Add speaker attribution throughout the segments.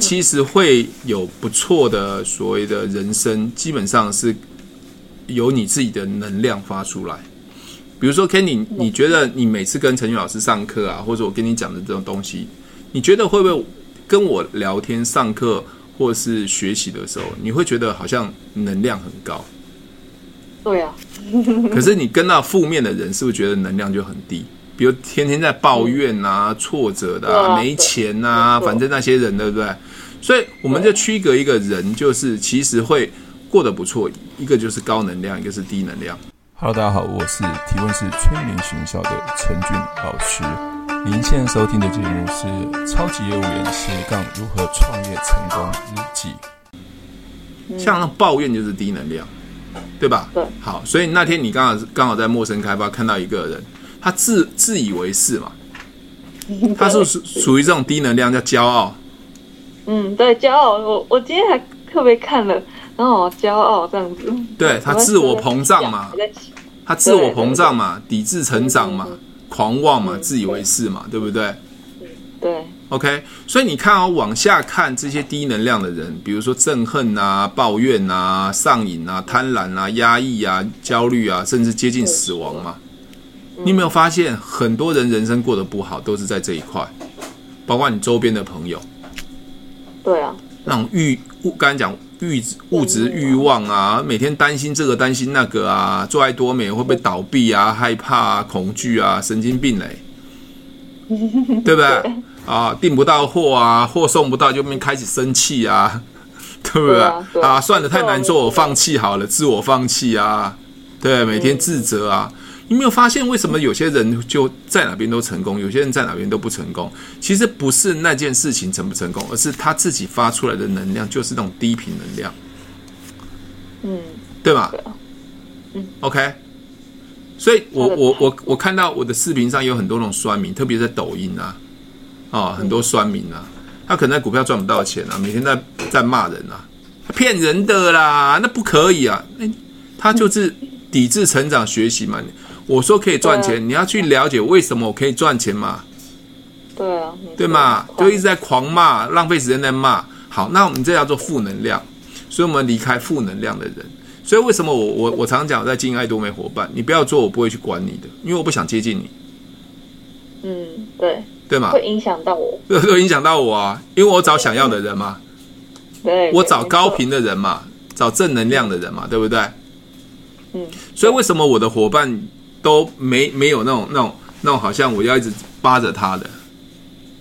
Speaker 1: 其实会有不错的所谓的人生，基本上是由你自己的能量发出来。比如说 Kenny，你觉得你每次跟陈宇老师上课啊，或者我跟你讲的这种东西，你觉得会不会跟我聊天、上课或是学习的时候，你会觉得好像能量很高？
Speaker 2: 对啊，
Speaker 1: 可是你跟那负面的人，是不是觉得能量就很低？比如天天在抱怨啊、挫折的
Speaker 2: 对
Speaker 1: 啊、
Speaker 2: 啊
Speaker 1: 没钱啊，
Speaker 2: 没错
Speaker 1: 反正那些人，对不对？所以我们就区隔一个人，就是其实会过得不错，一个就是高能量，一个是低能量。
Speaker 3: Hello，大家好，我是提问是催眠学校的陈俊老师。您现在收听的节目是《超级业务员斜杠如何创业成功日记》。
Speaker 1: 像那抱怨就是低能量，对吧？
Speaker 2: 对
Speaker 1: 好，所以那天你刚好刚好在陌生开发看到一个人，他自自以为是嘛，他是属属于这种低能量，叫骄傲。
Speaker 2: 嗯，对，骄傲。我我今天还特别看了，然后我骄傲这样子。
Speaker 1: 对他自我膨胀嘛
Speaker 2: 我在想
Speaker 1: 他自我膨胀嘛，抵制成长嘛，狂妄嘛，自以为是嘛，对不对
Speaker 2: 对，
Speaker 1: ？OK，所以你看哦，往下看这些低能量的人，比如说憎恨啊、抱怨啊、上瘾啊、贪婪啊、压抑啊、焦虑啊，甚至接近死亡嘛。你有没有发现，很多人人生过得不好，都是在这一块，包括你周边的朋友，
Speaker 2: 对啊，
Speaker 1: 那种欲物，刚才讲欲物质欲望啊，每天担心这个担心那个啊，做爱多美会不会倒闭啊，害怕啊，恐惧啊，神经病 嘞、对不对？啊，订不到货啊，货送不到就边开始生气啊，对不对？
Speaker 2: 对啊对啊
Speaker 1: 算了，太难做，我放弃好了，自我放弃啊，对，每天自责啊。你没有发现为什么有些人就在哪边都成功，有些人在哪边都不成功？其实不是那件事情成不成功，而是他自己发出来的能量就是那种低频能量，
Speaker 2: 嗯，
Speaker 1: 对吧
Speaker 2: 对啊嗯
Speaker 1: ？OK，所以我
Speaker 2: 他的
Speaker 1: 我我我看到我的视频上有很多那种酸民，特别在抖音啊，
Speaker 2: 嗯
Speaker 1: 啊，很多酸民啊，他可能在股票赚不到钱啊，每天在在骂人啊，他骗人的啦，那不可以啊，哎他就是抵制成长学习嘛。我说可以赚
Speaker 2: 对啊
Speaker 1: 钱，你要去了解为什么我可以赚钱嘛。
Speaker 2: 对啊，没错
Speaker 1: 对嘛？就一直在狂骂，浪费时间在骂。好，那我们这叫做负能量，所以我们离开负能量的人。所以为什么我我我常讲我在经营爱多美伙伴，你不要做，我不会去管你的，因为我不想接近你，
Speaker 2: 嗯，对，
Speaker 1: 对吗？
Speaker 2: 会影响到我。
Speaker 1: 这都影响到我啊，因为我找想要的人嘛，
Speaker 2: 对，
Speaker 1: 我找
Speaker 2: 没错
Speaker 1: 高。频的人嘛，找正能量的人嘛，对不对？
Speaker 2: 嗯，
Speaker 1: 所以为什么我的伙伴都没没有那种那种那种好像我要一直扒着他的？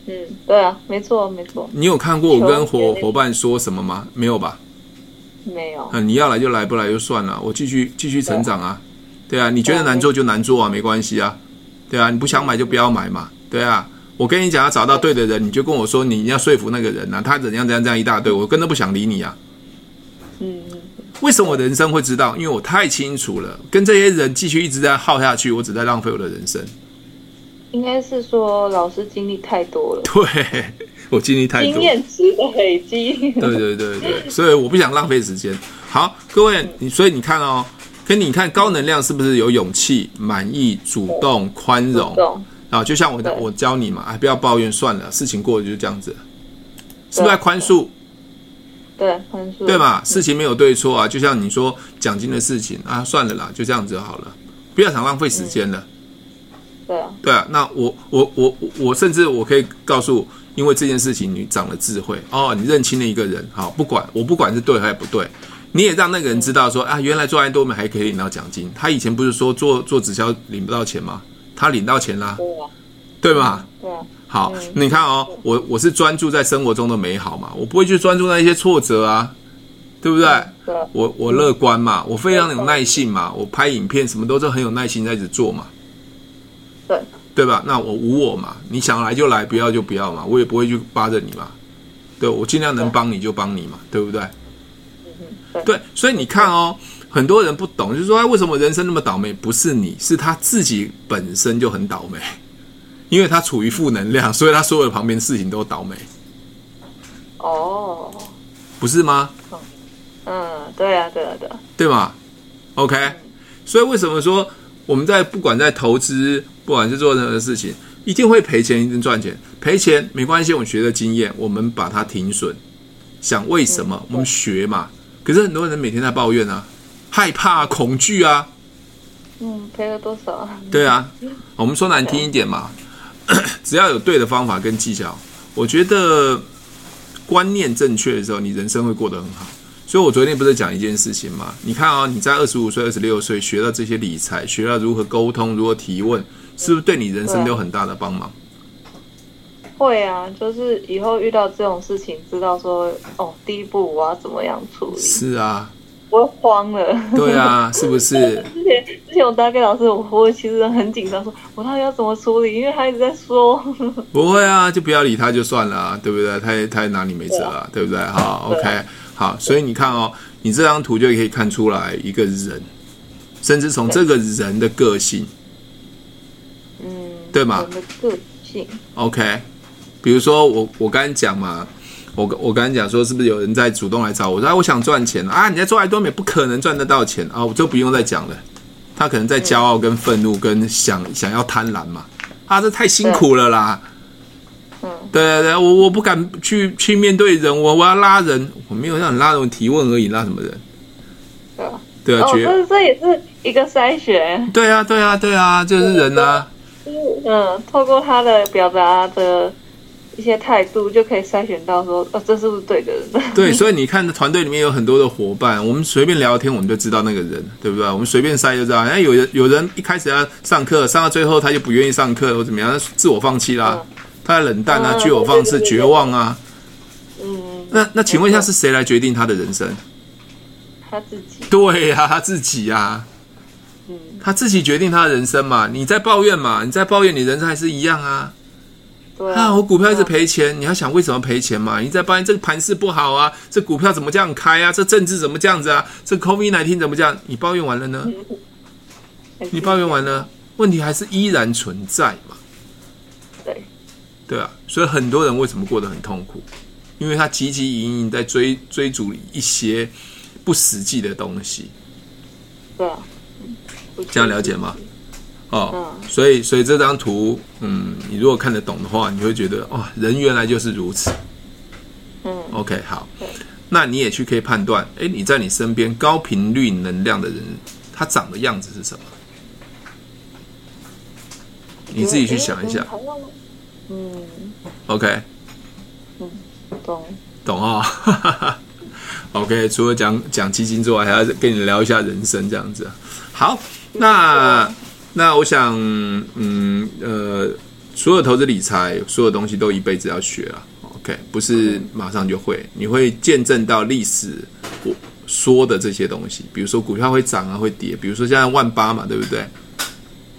Speaker 2: 嗯，对啊，没错，没错，
Speaker 1: 你有看过我跟伙
Speaker 2: 求别
Speaker 1: 伙伴说什么吗？没有吧？
Speaker 2: 没有。
Speaker 1: 嗯，你要来就来，不来就算了，我继续继续成长啊，对啊，你觉得难做就难做啊，没关系啊，对啊，你不想买就不要买嘛，对啊，我跟你讲，要找到对的人，你就跟我说你要说服那个人啊，他怎样怎样怎样一大堆，我根本不想理你啊。
Speaker 2: 嗯，嗯
Speaker 1: 为什么我的人生会知道？因为我太清楚了，跟这些人继续一直在耗下去，我只在浪费我的人生。
Speaker 2: 应该是说老师经历太多了，
Speaker 1: 对，我经历太多。
Speaker 2: 经验值的累积。
Speaker 1: 对 对对对，所以我不想浪费时间。好，各位，你所以你看哦，跟你看高能量是不是有勇气、满意、主动、宽容
Speaker 2: 主动
Speaker 1: 啊？就像我
Speaker 2: 对
Speaker 1: 我教你嘛，哎，不要抱怨算了，事情过了就这样子，是不是要宽恕？
Speaker 2: 对，嗯宽恕。
Speaker 1: 对？嘛？事情没有对错啊，就像你说奖金的事情啊，算了啦，就这样子好了，不要想浪费时间了。
Speaker 2: 对啊，
Speaker 1: 对啊，那我我我我我甚至我可以告诉，因为这件事情你长了智慧哦，你认清了一个人，好，不管我不管是对还是不对，你也让那个人知道说啊，原来做爱多美还可以领到奖金，他以前不是说做做直销领不到钱吗？他领到钱啦，
Speaker 2: 对啊，
Speaker 1: 对吧？
Speaker 2: 对啊，
Speaker 1: 好
Speaker 2: 嗯，
Speaker 1: 你看哦，我我是专注在生活中的美好嘛，我不会去专注那一些挫折啊，对不对？
Speaker 2: 对啊，
Speaker 1: 我我乐观嘛，我非常有耐性嘛，我拍影片什么都是很有耐心在一直做嘛。
Speaker 2: 对，
Speaker 1: 对吧？那我无我嘛，你想来就来，不要就不要嘛，我也不会去扒着你嘛。对我尽量能帮你就帮你嘛，对不对？
Speaker 2: 嗯，对。
Speaker 1: 对，所以你看哦，很多人不懂，就是说、哎、为什么人生那么倒霉？不是你，是他自己本身就很倒霉，因为他处于负能量，所以他所有的旁边事情都倒霉，
Speaker 2: 哦，
Speaker 1: 不是吗？
Speaker 2: 嗯，对啊，对啊，对啊，
Speaker 1: 对吧？OK，所以为什么说我们在不管在投资，不管是做任何事情，一定会赔钱，一定赚钱。赔钱没关系，我们学的经验，我们把它停损，想为什么？我们学嘛。可是很多人每天在抱怨啊，害怕、恐惧啊，
Speaker 2: 嗯，赔了多少 啊？
Speaker 1: 对啊，我们说难听一点嘛， 只要有对的方法跟技巧，我觉得观念正确的时候，你人生会过得很好。所以我昨天不是讲一件事情嘛？你看啊，你在二十五岁、二十六岁学到这些理财，学到如何沟通、如何提问，是不是对你人生
Speaker 2: 对
Speaker 1: 都有很大的帮忙？
Speaker 2: 会啊，就是以后遇到这种事情，知道说哦，第一步我要怎么样处 理，
Speaker 1: 是啊，
Speaker 2: 我会慌了。
Speaker 1: 对啊，是不是？
Speaker 2: 之前之前我搭配老师，我我其实很紧张，说我到底要怎么处理，因为他一直在说，
Speaker 1: 不会啊，就不要理他就算了、啊，对不对？他也他也拿你没辙了、对啊不对？好
Speaker 2: 对
Speaker 1: ，OK，好，所以你看哦，你这张图就可以看出来一个人，甚至从这个人的个性
Speaker 2: 嗯，
Speaker 1: 对嘛
Speaker 2: 人的个性，
Speaker 1: ，OK，比如说我我刚才讲嘛，我我刚才讲说是不是有人在主动来找我说，啊，我想赚钱啊，你在做爱多美不可能赚得到钱啊，我就不用再讲了，他可能在骄傲、跟愤怒、跟想想要贪婪嘛，啊，这太辛苦了啦。
Speaker 2: 嗯，
Speaker 1: 对对对，我我不敢去去面对人，我我要拉人，我没有让你拉人，我提问而已，拉什么人？
Speaker 2: 对吧？
Speaker 1: 对啊，
Speaker 2: 哦，
Speaker 1: 绝、
Speaker 2: 这这也是一个筛选，
Speaker 1: 对啊，对啊，对啊，就是人啊，
Speaker 2: 就是嗯，透过他的表达的一些态度，就可以筛选到说，哦，这是不是对的人？
Speaker 1: 对，所以你看团队里面有很多的伙伴，我们随便聊天，我们就知道那个人，对不对？我们随便筛就知道，哎，有人有人一开始要上课，上到最后他就不愿意上课，或怎么样，自我放弃啦，他冷淡啊，
Speaker 2: 嗯
Speaker 1: 据我放肆，
Speaker 2: 对对对
Speaker 1: 绝望啊。
Speaker 2: 嗯，
Speaker 1: 那那请问一下，是谁来决定他的人生？
Speaker 2: 他自己，
Speaker 1: 对呀、他自己啊呀、
Speaker 2: 嗯，
Speaker 1: 他自己决定他的人生嘛。你在抱怨嘛，你在抱怨，你人生还是一样啊。
Speaker 2: 对
Speaker 1: 啊，我股票一直赔钱，你要想为什么赔钱嘛？你在抱怨这个盘势不好啊，这股票怎么这样开啊？这政治怎么这样子啊？这 COVID 1 9怎么这样？你抱怨完了呢？你抱怨完了，问题还是依然存在嘛？
Speaker 2: 对，
Speaker 1: 对啊，所以很多人为什么过得很痛苦？因为他汲汲营营在追追逐一些不实际的东西。
Speaker 2: 对啊，嗯
Speaker 1: 这样了解吗？？哦，
Speaker 2: 嗯
Speaker 1: 所以所以这张图，嗯，你如果看得懂的话，你会觉得哇、人原来就是如此。
Speaker 2: 嗯，
Speaker 1: OK，好
Speaker 2: 对，
Speaker 1: 那你也去可以判断，诶，你在你身边高频率能量的人，他长的样子是什么？你自己去想一想。
Speaker 2: 嗯，
Speaker 1: OK，
Speaker 2: 懂。
Speaker 1: 懂哦。OK，除了讲讲基金之外，还要跟你聊一下人生这样子。啊好，那那我想，嗯呃，所有投资理财，所有东西都一辈子要学啊。OK，不是马上就会，你会见证到历史我说的这些东西，比如说股票会涨啊，会跌，比如说现在万八嘛，对不对？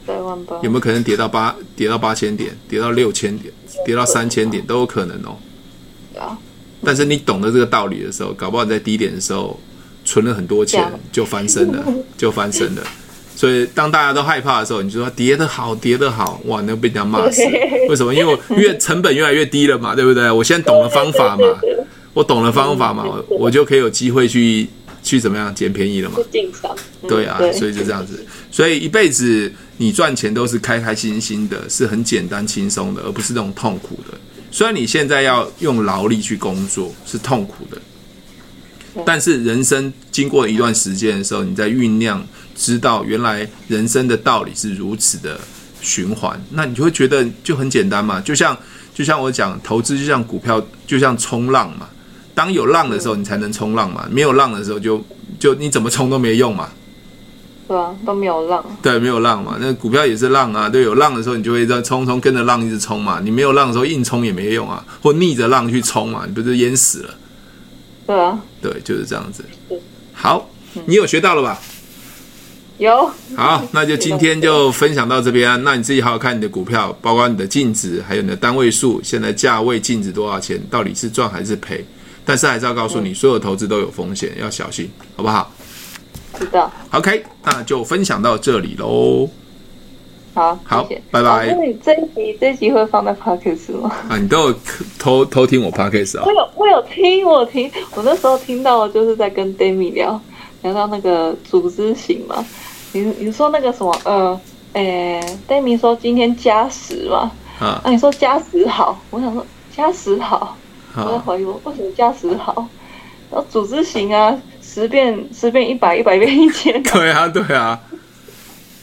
Speaker 2: 在万八
Speaker 1: 有没有可能跌到八，跌到八千点，跌到六千点，跌到三千点都有可能哦。
Speaker 2: 啊？
Speaker 1: 但是你懂得这个道理的时候，搞不好你在低点的时候存了很多钱
Speaker 2: 这样，
Speaker 1: 就翻身了，就翻身了。所以当大家都害怕的时候，你就说跌得好，跌得好，哇，那被人家骂死了
Speaker 2: 对。
Speaker 1: 为什么？因为我越成本越来越低了嘛，对不对？我现在懂了方法嘛，我懂了方法嘛，我我就可以有机会去去怎么样捡便宜了嘛。
Speaker 2: 不进场。嗯
Speaker 1: 对啊，所以就这样子。所以一辈子你赚钱都是开开心心的，是很简单轻松的，而不是那种痛苦的。虽然你现在要用劳力去工作是痛苦的，但是人生经过一段时间的时候，你在酝酿，知道原来人生的道理是如此的循环，那你就会觉得就很简单嘛。就像就像我讲，投资就像股票，就像冲浪嘛。当有浪的时候，你才能冲浪嘛；没有浪的时候就就你怎么冲都没用嘛。
Speaker 2: 对啊，都没有浪。
Speaker 1: 对，没有浪嘛，那股票也是浪啊。对，有浪的时候你就会在冲冲跟着浪一直冲嘛。你没有浪的时候硬冲也没用啊，或逆着浪去冲嘛，你不是淹死了？
Speaker 2: 对啊，
Speaker 1: 对，就是这样子
Speaker 2: 对。
Speaker 1: 好，你有学到了吧？
Speaker 2: 有
Speaker 1: 好，那就今天就分享到这边啊。那你自己好好看你的股票，包括你的净值，还有你的单位数，现在价位、净值多少钱，到底是赚还是赔？但是还是要告诉你，所有投资都有风险，要小心，好不好
Speaker 2: 知道。
Speaker 1: ？OK，那就分享到这里喽。
Speaker 2: 好，
Speaker 1: 好
Speaker 2: 谢谢
Speaker 1: 拜拜
Speaker 2: 哦那你这一集这一集会放在 podcast 吗？
Speaker 1: 啊，你都有偷偷听我 podcast 啊、
Speaker 2: 我有我有听，我有听，我那时候听到就是在跟 Demi 聊聊到那个组织型嘛。你你说那个什么呃，诶，Demi 说今天加时嘛，
Speaker 1: 啊、啊
Speaker 2: 那、你说加时好，我想说加时好，我
Speaker 1: 好，
Speaker 2: 在怀疑我为什么加时好，然后组织型啊，十变十变一百，一百变一千、 啊，
Speaker 1: 对啊，对啊，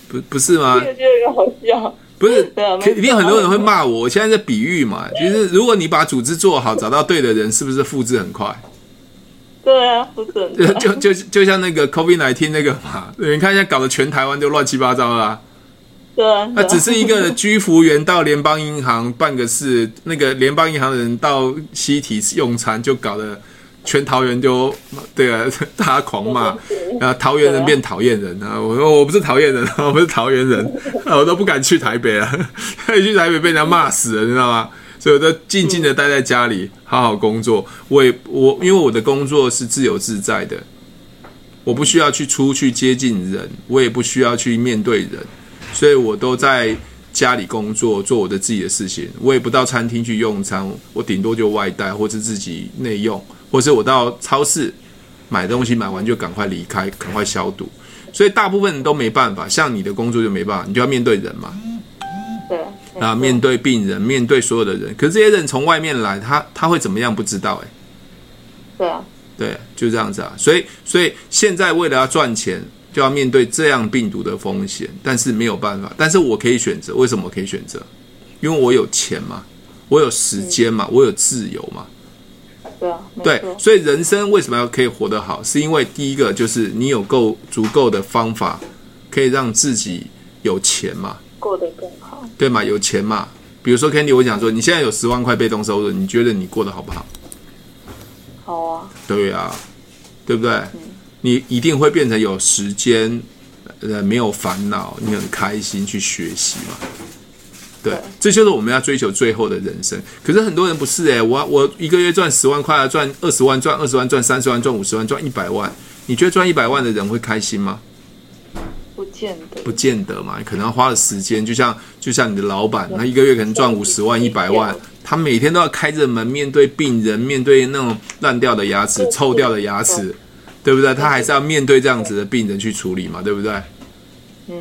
Speaker 1: 不不是吗
Speaker 2: 这？个觉得有点好笑。
Speaker 1: 不是，
Speaker 2: 对啊没
Speaker 1: 可一定很多人会骂我。我现在在比喻嘛，就是如果你把组织做好，找到对的人，是不是复制很快？
Speaker 2: 对啊，不准
Speaker 1: 就
Speaker 2: 的。
Speaker 1: 就就就像那个 COVID 1 9那个嘛，你看现在搞得全台湾都乱七八糟啦、
Speaker 2: 对啊，
Speaker 1: 那
Speaker 2: 对啊
Speaker 1: 只是一个居服员到联邦银行办个事，那个联邦银行的人到西提用餐，就搞得全桃园就对啊，大家狂骂，然后啊桃园人变讨厌人啊！我说我不是讨厌人， 我不是桃园人，啊我都不敢去台北了， 一去台北被人家骂死了，你知道吗？所以我都静静的待在家里，好好工作。我也我因为我的工作是自由自在的，我不需要去出去接近人，我也不需要去面对人。所以我都在家里工作，做我的自己的事情。我也不到餐厅去用餐，我顶多就外带，或是自己内用，或是我到超市买东西，买完就赶快离开，赶快消毒。所以大部分人都没办法，像你的工作就没办法，你就要面对人嘛，
Speaker 2: 对啊没
Speaker 1: 啊，
Speaker 2: 错
Speaker 1: 面对病人，面对所有的人。可是这些人从外面来，他他会怎么样不知道、欸，
Speaker 2: 对啊，
Speaker 1: 对，就这样子啊。所以，所以现在为了要赚钱，就要面对这样病毒的风险，但是没有办法。但是我可以选择，为什么我可以选择？因为我有钱嘛，我有时间嘛，我有自由嘛。
Speaker 2: 对啊，没
Speaker 1: 对
Speaker 2: 错，
Speaker 1: 所以人生为什么要可以活得好？是因为第一个就是你有够足够的方法，可以让自己有钱嘛，
Speaker 2: 过得更好。
Speaker 1: 对嘛，有钱嘛。比如说 Candy，我讲说，你现在有十万块被动收入，你觉得你过得好不好？
Speaker 2: 好啊，
Speaker 1: 对啊，对不对？你一定会变成有时间，呃，没有烦恼，你很开心去学习嘛。对
Speaker 2: 对，
Speaker 1: 这就是我们要追求最后的人生。可是很多人不是哎、我我一个月赚十万块啊，赚二十万，赚二十万，赚三十万，赚五十万，赚一百万。你觉得赚一百万的人会开心吗？
Speaker 2: 不见得
Speaker 1: 不见得嘛，可能要花了时间。就像就像你的老板，他一个月可能赚五十万、一百万，他每天都要开着门面对病人，面对那种烂掉的牙齿、臭掉的牙齿，对不对？他还是要面对这样子的病人去处理嘛，对不对？
Speaker 2: 嗯，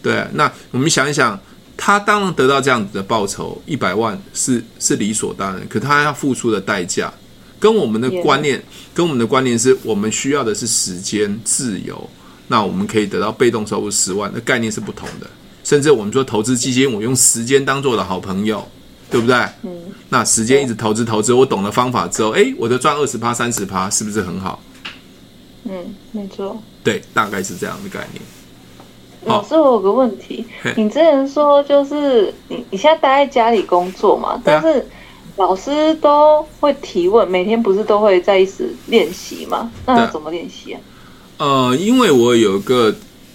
Speaker 1: 对，那我们想一想，他当然得到这样子的报酬，一百万是是理所当然，可他要付出的代价，跟我们的
Speaker 2: Yeah.
Speaker 1: 观念，跟我们的观念是我们需要的是时间自由，那我们可以得到被动收入十万，那概念是不同的。甚至我们说投资基金，我用时间当做我的好朋友，对不对？嗯。那时间一直投资投资，我懂了方法之后，诶，我就赚二十趴、三十趴，是不是很好？
Speaker 2: 嗯，没错。
Speaker 1: 对，大概是这样的概念。好
Speaker 2: 老师，我有个问题
Speaker 1: 嘿，
Speaker 2: 你之前说就是你你现在待在家里工作嘛，
Speaker 1: 对啊
Speaker 2: 但是老师都会提问，每天不是都会在一起练习吗？那
Speaker 1: 对啊
Speaker 2: 要怎么练习啊？
Speaker 1: 呃，因为我有个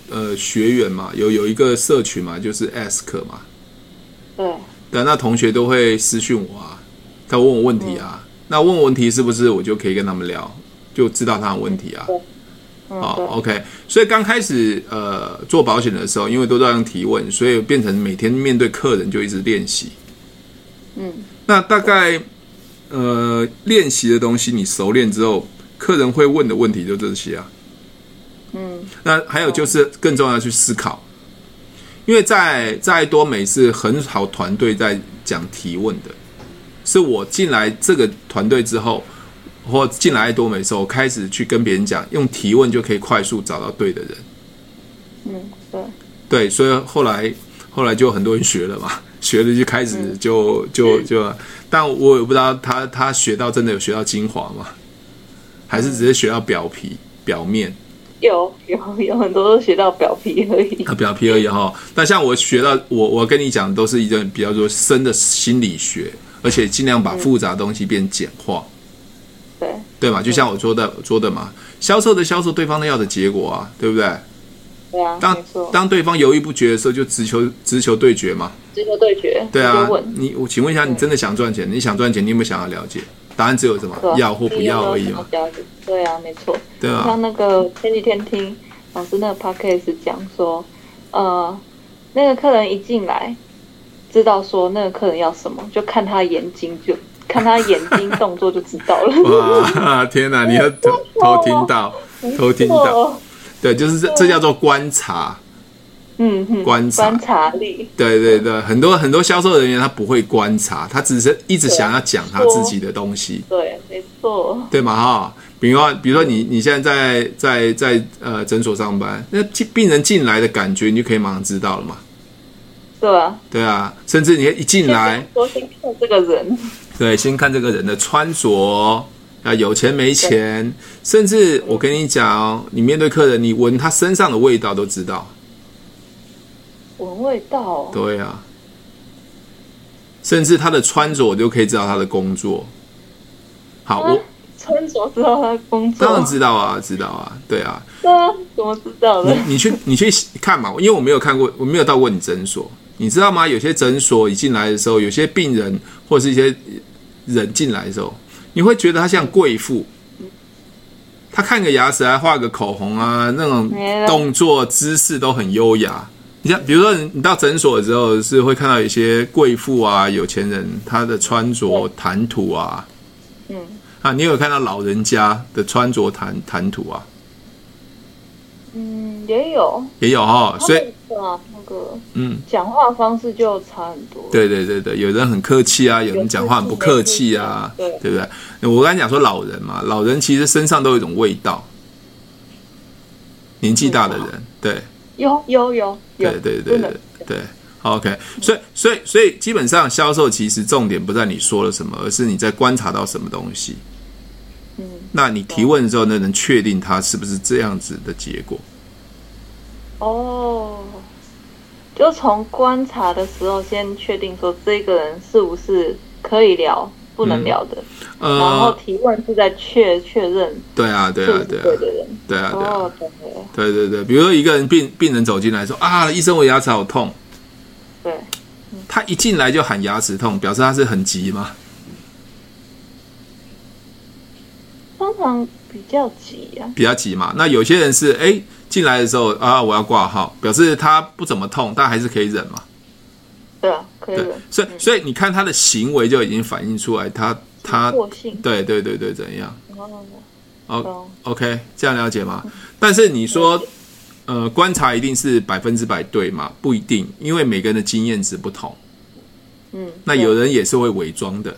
Speaker 1: 呃学员嘛，有有一个社群嘛，就是 Ask 嘛，
Speaker 2: 对，
Speaker 1: 对，那同学都会私讯我啊，他问我问题啊，那问我问题是不是我就可以跟他们聊，就知道他的问题啊？
Speaker 2: 嗯，
Speaker 1: 好、
Speaker 2: 对，
Speaker 1: o k 所以刚开始呃做保险的时候，因为都在用提问，所以变成每天面对客人就一直练习。
Speaker 2: 嗯，
Speaker 1: 那大概呃练习的东西你熟练之后，客人会问的问题就这些啊。
Speaker 2: 嗯，
Speaker 1: 那还有就是更重要的去思考，因为在在多美是很好团队在讲提问的，是我进来这个团队之后，或进来爱多美的时候，我开始去跟别人讲，用提问就可以快速找到对的人。
Speaker 2: 嗯，对，
Speaker 1: 对，所以后来后来就很多人学了嘛， 学了就开始就就就，但我也不知道他他学到真的有学到精华吗？还是只是学到表皮表面？
Speaker 2: 有有有很多都学到表皮而已。
Speaker 1: 啊，表皮而已哈。那像我学到，我我跟你讲，都是一个比较说深的心理学，而且尽量把复杂的东西变简化，
Speaker 2: 对，
Speaker 1: 对嘛？就像我说的说的嘛，销售的销售对方的要的结果啊，对不对？
Speaker 2: 对啊，
Speaker 1: 当
Speaker 2: 没错，
Speaker 1: 当对方犹豫不决的时候，就直球直球对决嘛。
Speaker 2: 直球对决，
Speaker 1: 对啊
Speaker 2: 直接问，
Speaker 1: 你我请问一下，你真的想赚钱？你想赚钱，你有没有想要了解？答案只有什么
Speaker 2: 对啊？
Speaker 1: 要或不要而已嘛，。
Speaker 2: 第一个要不要对啊，没错。
Speaker 1: 对
Speaker 2: 就
Speaker 1: 啊
Speaker 2: 像，那个前几天听老师那个 podcast 讲说，呃，那个客人一进来，知道说那个客人要什么，就看他眼睛就看他眼 睛动作就知道了。
Speaker 1: 哇， 天哪，你要偷偷听到，偷听到。
Speaker 2: 哦
Speaker 1: 对，就是这这叫做观察，
Speaker 2: 嗯哼，
Speaker 1: 观察
Speaker 2: 观察力，
Speaker 1: 对对对，很多很多销售人员他不会观察，他只是一直想要讲他自己的东西，
Speaker 2: 对，没错，
Speaker 1: 对嘛哈？比如说，比如说你你现在在在在呃诊所上班，那进病人进来的感觉，你就可以马上知道了嘛，
Speaker 2: 对吧？
Speaker 1: 对啊，甚至你一进来，
Speaker 2: 说先看这个人，
Speaker 1: 对，先看这个人的穿着，啊，有钱没钱，甚至我跟你讲哦，你面对客人，你闻他身上的味道都知道。
Speaker 2: 闻味道哦、
Speaker 1: 对啊，甚至他的穿着，我就可以知道他的工作。好，
Speaker 2: 啊
Speaker 1: 我
Speaker 2: 穿着知道他的工作，
Speaker 1: 当然知道啊，知道啊，对啊，
Speaker 2: 对啊，怎么知道的？
Speaker 1: 你你去你去看嘛，因为我没有看过，我没有到过你诊所，你知道吗？有些诊所一进来的时候，有些病人或是一些人进来的时候，你会觉得他像贵妇，他看个牙齿啊，画个口红啊，那种
Speaker 2: 没了
Speaker 1: 动作姿势都很优雅。你像比如说你你到诊所的时候，是会看到有些贵妇啊、有钱人，他的穿着谈吐啊，
Speaker 2: 嗯，
Speaker 1: 啊，你有看到老人家的穿着谈谈吐啊，
Speaker 2: 嗯，也有，
Speaker 1: 也有哈，所以
Speaker 2: 他们啊，那个
Speaker 1: 嗯。
Speaker 2: 讲话方式就差很多，
Speaker 1: 对对对对，有人很客气啊，有人讲话很不客气啊，
Speaker 2: 有客气没客气
Speaker 1: 对不对？我刚才讲说老人嘛，老人其实身上都有一种味道，年纪大的人，对
Speaker 2: 有有有有，
Speaker 1: 对对对对
Speaker 2: 真的
Speaker 1: 对。OK，所以所以所以基本上销售其实重点不在你说了什么，而是你在观察到什么东西。
Speaker 2: 嗯，
Speaker 1: 那你提问的时候呢，能确定它是不是这样子的结果？
Speaker 2: 哦，就从观察的时候先确定说这个人是不是可以聊、不能聊的，然后
Speaker 1: 呃，
Speaker 2: 提问是在确确认
Speaker 1: 对啊，对
Speaker 2: 是
Speaker 1: 啊
Speaker 2: 不，
Speaker 1: 对
Speaker 2: 是
Speaker 1: 啊，
Speaker 2: 对的人。
Speaker 1: 对啊，对啊。
Speaker 2: 哦，懂了，
Speaker 1: 对对对，比如说一个人病病人走进来说啊，医生我牙齿好痛，
Speaker 2: 对，
Speaker 1: 他一进来就喊牙齿痛，表示他是很急嘛？
Speaker 2: 通常比较急啊，
Speaker 1: 比较急嘛。那有些人是哎进来的时候啊，我要挂号，表示他不怎么痛，但还是可以忍嘛。
Speaker 2: 对啊，可以
Speaker 1: 对
Speaker 2: 忍，
Speaker 1: 所以
Speaker 2: 嗯
Speaker 1: 所以你看他的行为就已经反映出来他他
Speaker 2: 惰性，
Speaker 1: 对对对对怎样
Speaker 2: 哦，
Speaker 1: ？O
Speaker 2: 懂，
Speaker 1: OK 这样了解吗？但是你说
Speaker 2: 嗯
Speaker 1: 呃观察一定是百分之百对吗？不一定，因为每个人的经验值不同。
Speaker 2: 嗯，
Speaker 1: 那
Speaker 2: 对
Speaker 1: 有人也是会伪装的，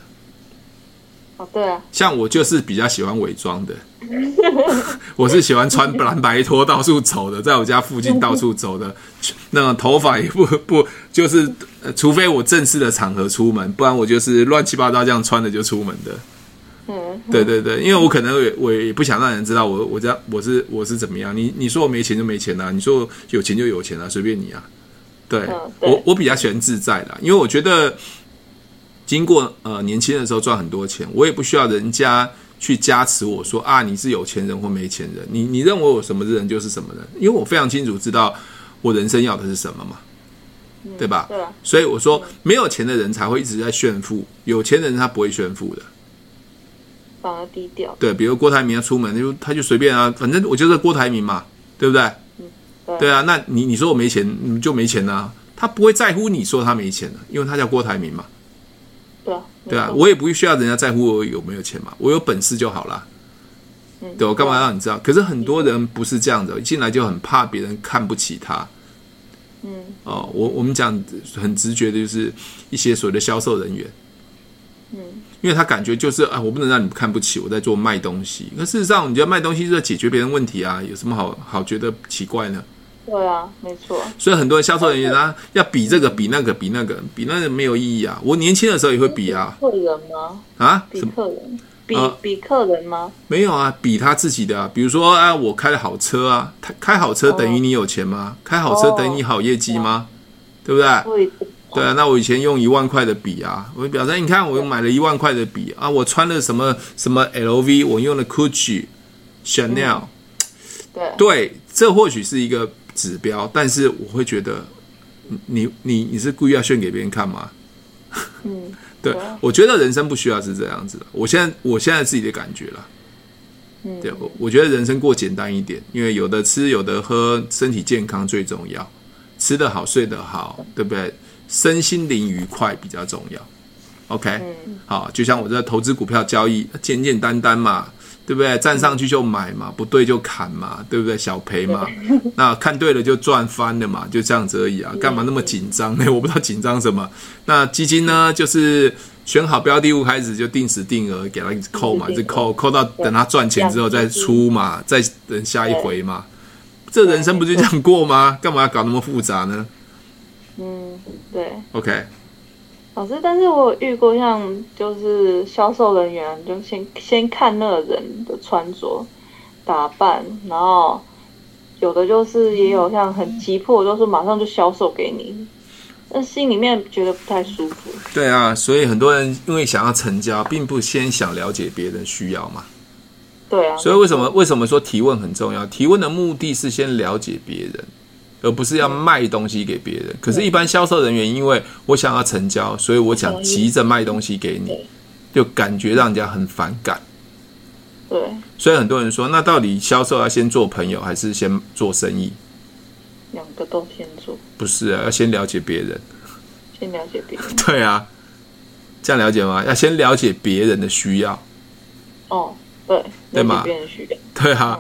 Speaker 2: 哦，对啊，
Speaker 1: 像我就是比较喜欢伪装的， 我是喜欢穿蓝白拖到处走的，在我家附近到处走的，那个头发也不 不就是，呃除非我正式的场合出门，不然我就是乱七八糟这样穿着就出门的。
Speaker 2: 嗯，
Speaker 1: 对对对，因为我可能也我也不想让人知道我我这样我是我是怎么样。你你说我没钱就没钱啦、啊你说我有钱就有钱啦、随便你啊。对，
Speaker 2: 嗯对
Speaker 1: 我我比较喜欢自在啦，因为我觉得经过呃年轻的时候赚很多钱，我也不需要人家去加持我说啊你是有钱人或没钱人，你你认为我什么人就是什么人，因为我非常清楚知道我人生要的是什么嘛。对吧？
Speaker 2: 对啊，
Speaker 1: 所以我说，没有钱的人才会一直在炫富，有钱人他不会炫富的。
Speaker 2: 反而低调，
Speaker 1: 对，比如郭台铭啊要出门，就他就随便啊，反正我就是郭台铭嘛，对不对？
Speaker 2: 嗯对
Speaker 1: 对啊，那你你说我没钱，你就没钱啊，他不会在乎你说他没钱的、因为他叫郭台铭嘛，
Speaker 2: 对啊，没
Speaker 1: 对啊，
Speaker 2: 错
Speaker 1: 我也不需要人家在乎我有没有钱嘛，我有本事就好啦。
Speaker 2: 嗯
Speaker 1: 对我干嘛让你知道？可是很多人不是这样的，一进来就很怕别人看不起他。
Speaker 2: 嗯
Speaker 1: 哦，我我们讲很直觉的就是一些所谓的销售人员，
Speaker 2: 嗯，
Speaker 1: 因为他感觉就是啊，我不能让你们看不起我在做卖东西。可事实上，你觉得卖东西是在解决别人问题啊，有什么好好觉得奇怪呢？
Speaker 2: 对啊，没错，
Speaker 1: 所以很多人销售人员啊，要比这个比那个比那个比那个没有意义啊。我年轻的时候也会比啊
Speaker 2: 客人吗？
Speaker 1: 啊，
Speaker 2: 比
Speaker 1: 什么
Speaker 2: 客人，比
Speaker 1: 啊
Speaker 2: 比客人吗？
Speaker 1: 没有啊，比他自己的啊。比如说啊，我开的好车啊，他开好车等于你有钱吗？开好车
Speaker 2: 哦
Speaker 1: 等于你好业绩吗？对不对？
Speaker 2: 不一定，
Speaker 1: 对啊，那我以前用一万块的笔啊，我就表示你看我又买了一万块的笔啊，我穿了什么什么 LV，我用了 Gucci、Chanel，、
Speaker 2: 对
Speaker 1: 对，这或许是一个指标，但是我会觉得你你你你是故意要炫给别人看吗？
Speaker 2: 嗯，
Speaker 1: 对，我觉得人生不需要是这样子的。我现在我现在自己的感觉啦，
Speaker 2: 嗯
Speaker 1: 对，我我觉得人生过简单一点，因为有的吃有的喝，身体健康最重要，吃得好睡得好，对不对？身心灵愉快比较重要。OK，、
Speaker 2: 嗯
Speaker 1: 好，就像我在投资股票交易，简简单单嘛，对不对？站上去就买嘛，不对就砍嘛，对不对？小赔嘛，那看对了就赚翻了嘛，就这样子而已啊，干嘛那么紧张呢？ 我不知道紧张什么。那基金呢，就是选好标的物开始就定时定额给它一直扣嘛，一直扣，扣到等它赚钱之后再出嘛，再等下一回嘛。这人生不就这样过吗？干嘛要搞那么复杂呢
Speaker 2: 嗯，对，
Speaker 1: ？OK，
Speaker 2: 老师，但是我有遇过像就是销售人员，就先先看那个人的穿着打扮，然后有的就是也有像很急迫，就是马上就销售给你，但心里面觉得不太舒服。
Speaker 1: 对啊，所以很多人因为想要成交，并不先想了解别人需要嘛。
Speaker 2: 对啊，
Speaker 1: 所以为什么为什么说提问很重要？提问的目的是先了解别人，而不是要卖东西给别人。可是，一般销售人员因为我想要成交，所以我想急着卖东西给你，就感觉让人家很反感。
Speaker 2: 对，
Speaker 1: 所以很多人说，那到底销售要先做朋友还是先做生意？
Speaker 2: 两个都先做，
Speaker 1: 不是、啊，要先了解别人。
Speaker 2: 先了解别人。
Speaker 1: 对啊，这样了解吗？要先了解别人的需要。
Speaker 2: 哦，对，
Speaker 1: 对
Speaker 2: 了
Speaker 1: 嘛
Speaker 2: 解别人需要，
Speaker 1: 对啊，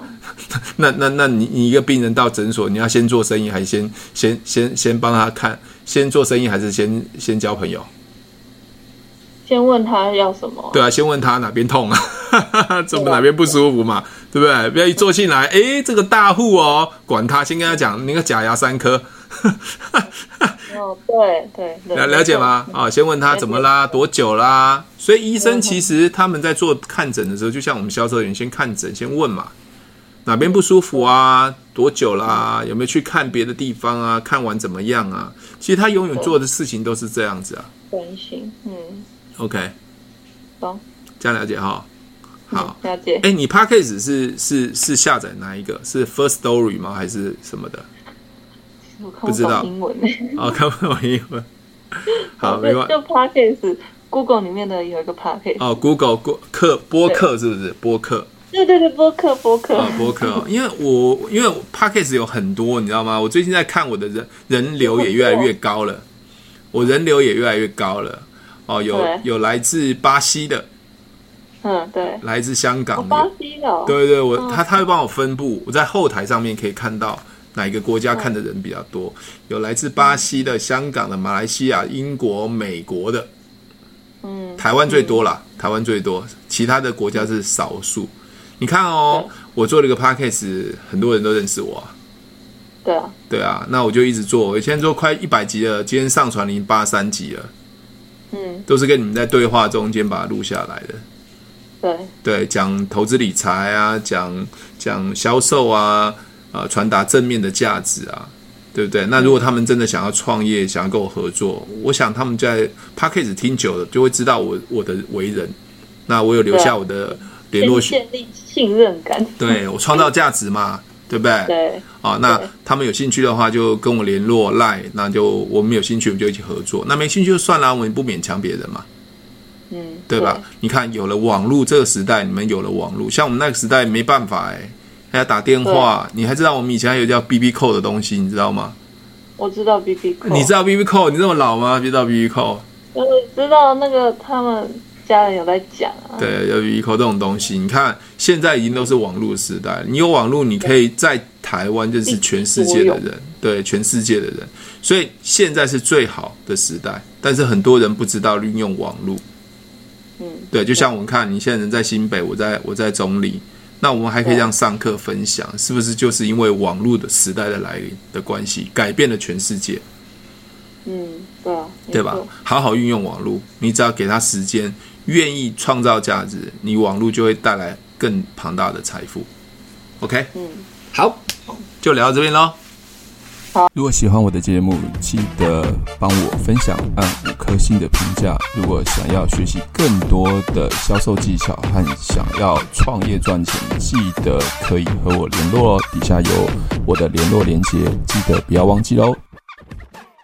Speaker 1: 那那那你你一个病人到诊所，你要先做生意，还是先先先先帮他看，先做生意还是先先交朋友？
Speaker 2: 先问他要什么。
Speaker 1: 对啊，先问他哪边痛啊， 怎么哪边不舒服嘛，对不对？不要一坐进来，诶，这个大户哦，管他，先跟他讲那个假牙三颗，
Speaker 2: 哦，对对对，
Speaker 1: 了了解吗？啊、先问他怎么啦，多久啦？所以医生其实他们在做看诊的时候，就像我们销售人员先看诊，先问嘛，哪边不舒服啊？多久啦？有没有去看别的地方啊？看完怎么样啊？其实他永远做的事情都是这样子啊。
Speaker 2: 关心，嗯，
Speaker 1: OK，
Speaker 2: 懂，
Speaker 1: 这样了解哈。好，
Speaker 2: 嗯了解。
Speaker 1: 哎，你 p a c k a g e 是是是下载哪一个？是 First Story 吗？还是什么的？
Speaker 2: 我看
Speaker 1: 不知
Speaker 2: 懂
Speaker 1: 道
Speaker 2: 英文。
Speaker 1: 哦，看不懂英文。 好，没关系
Speaker 2: 就。就 podcast Google 里面的有一个 podcast，、
Speaker 1: 哦，Google 播客播客是不是播客？
Speaker 2: 对对对，播客播客，
Speaker 1: 啊，播客哦，因为我因为 podcast 有很多，你知道吗？我最近在看我的人人流也越来越高了，我人流也越来越高了。哦，有
Speaker 2: 对
Speaker 1: 有来自巴西的，
Speaker 2: 嗯对，
Speaker 1: 来自香
Speaker 2: 我
Speaker 1: 港
Speaker 2: 巴
Speaker 1: 的，
Speaker 2: 西的、哦，
Speaker 1: 对对，我他他会帮我分布，我在后台上面可以看到哪一个国
Speaker 2: 嗯
Speaker 1: 家看的人比较多，有来自巴西的、香港的、马来西亚、英国、美国的，
Speaker 2: 嗯
Speaker 1: 台湾最多啦，台湾最多，其他的国家是少数。你看哦，我做了一个 podcast，很多人都认识我、啊。
Speaker 2: 对啊，
Speaker 1: 对啊，那我就一直做，我现在做快一百集了，今天上传零八三集了，
Speaker 2: 嗯
Speaker 1: 都是跟你们在对话中间把它录下来的。
Speaker 2: 对，
Speaker 1: 对，讲投资理财啊，讲讲销售啊，啊、传达正面的价值啊，对不对？那如果他们真的想要创业，想要跟我合作，我想他们在 p a c k a g e 听久了，就会知道我我的为人。那我有留
Speaker 2: 对
Speaker 1: 下
Speaker 2: 啊
Speaker 1: 我的联络讯，
Speaker 2: 先建立信任 感，
Speaker 1: 对我创造价值嘛，对不
Speaker 2: 对
Speaker 1: 啊，那
Speaker 2: 对
Speaker 1: 他们有兴趣的话就跟我联络赖，那就我们有兴趣我们就一起合作，那没兴趣就算了，我们也不勉强别人嘛，
Speaker 2: 嗯
Speaker 1: 对吧？你看有了网络这个时代，你们有了网络，像我们那个时代没办法哎、还要打电话，你还知道我们以前还有叫 B B 扣的东西，你知道吗？
Speaker 2: 我知道 B B 扣，
Speaker 1: 你知
Speaker 2: 道，
Speaker 1: 道 B B 扣？你这么老吗？知道 B B 扣？
Speaker 2: 我知道那个他们家人有在讲啊，
Speaker 1: 对，有 B B 扣这种东西，你看现在已经都是网络时代，你有网络，你可以在台湾认识全世界的人，对，全世界的人，所以现在是最好的时代，但是很多人不知道运用网络。
Speaker 2: 嗯
Speaker 1: 对，就像我们看，你现在人在新北，我在我在中立，那我们还可以这样上课分享，是不是就是因为网络的时代的来临的关系，改变了全世界，
Speaker 2: 嗯，对啊，没
Speaker 1: 对吧
Speaker 2: 错？
Speaker 1: 好好运用网络，你只要给他时间，愿意创造价值，你网络就会带来更庞大的财富。OK，
Speaker 2: 嗯，
Speaker 1: 好，就聊到这边喽。
Speaker 3: 如果喜欢我的节目，记得帮我分享，按五颗星的评价。如果想要学习更多的销售技巧和想要创业赚钱，记得可以和我联络哦，底下有我的联络连接，记得不要忘记喽。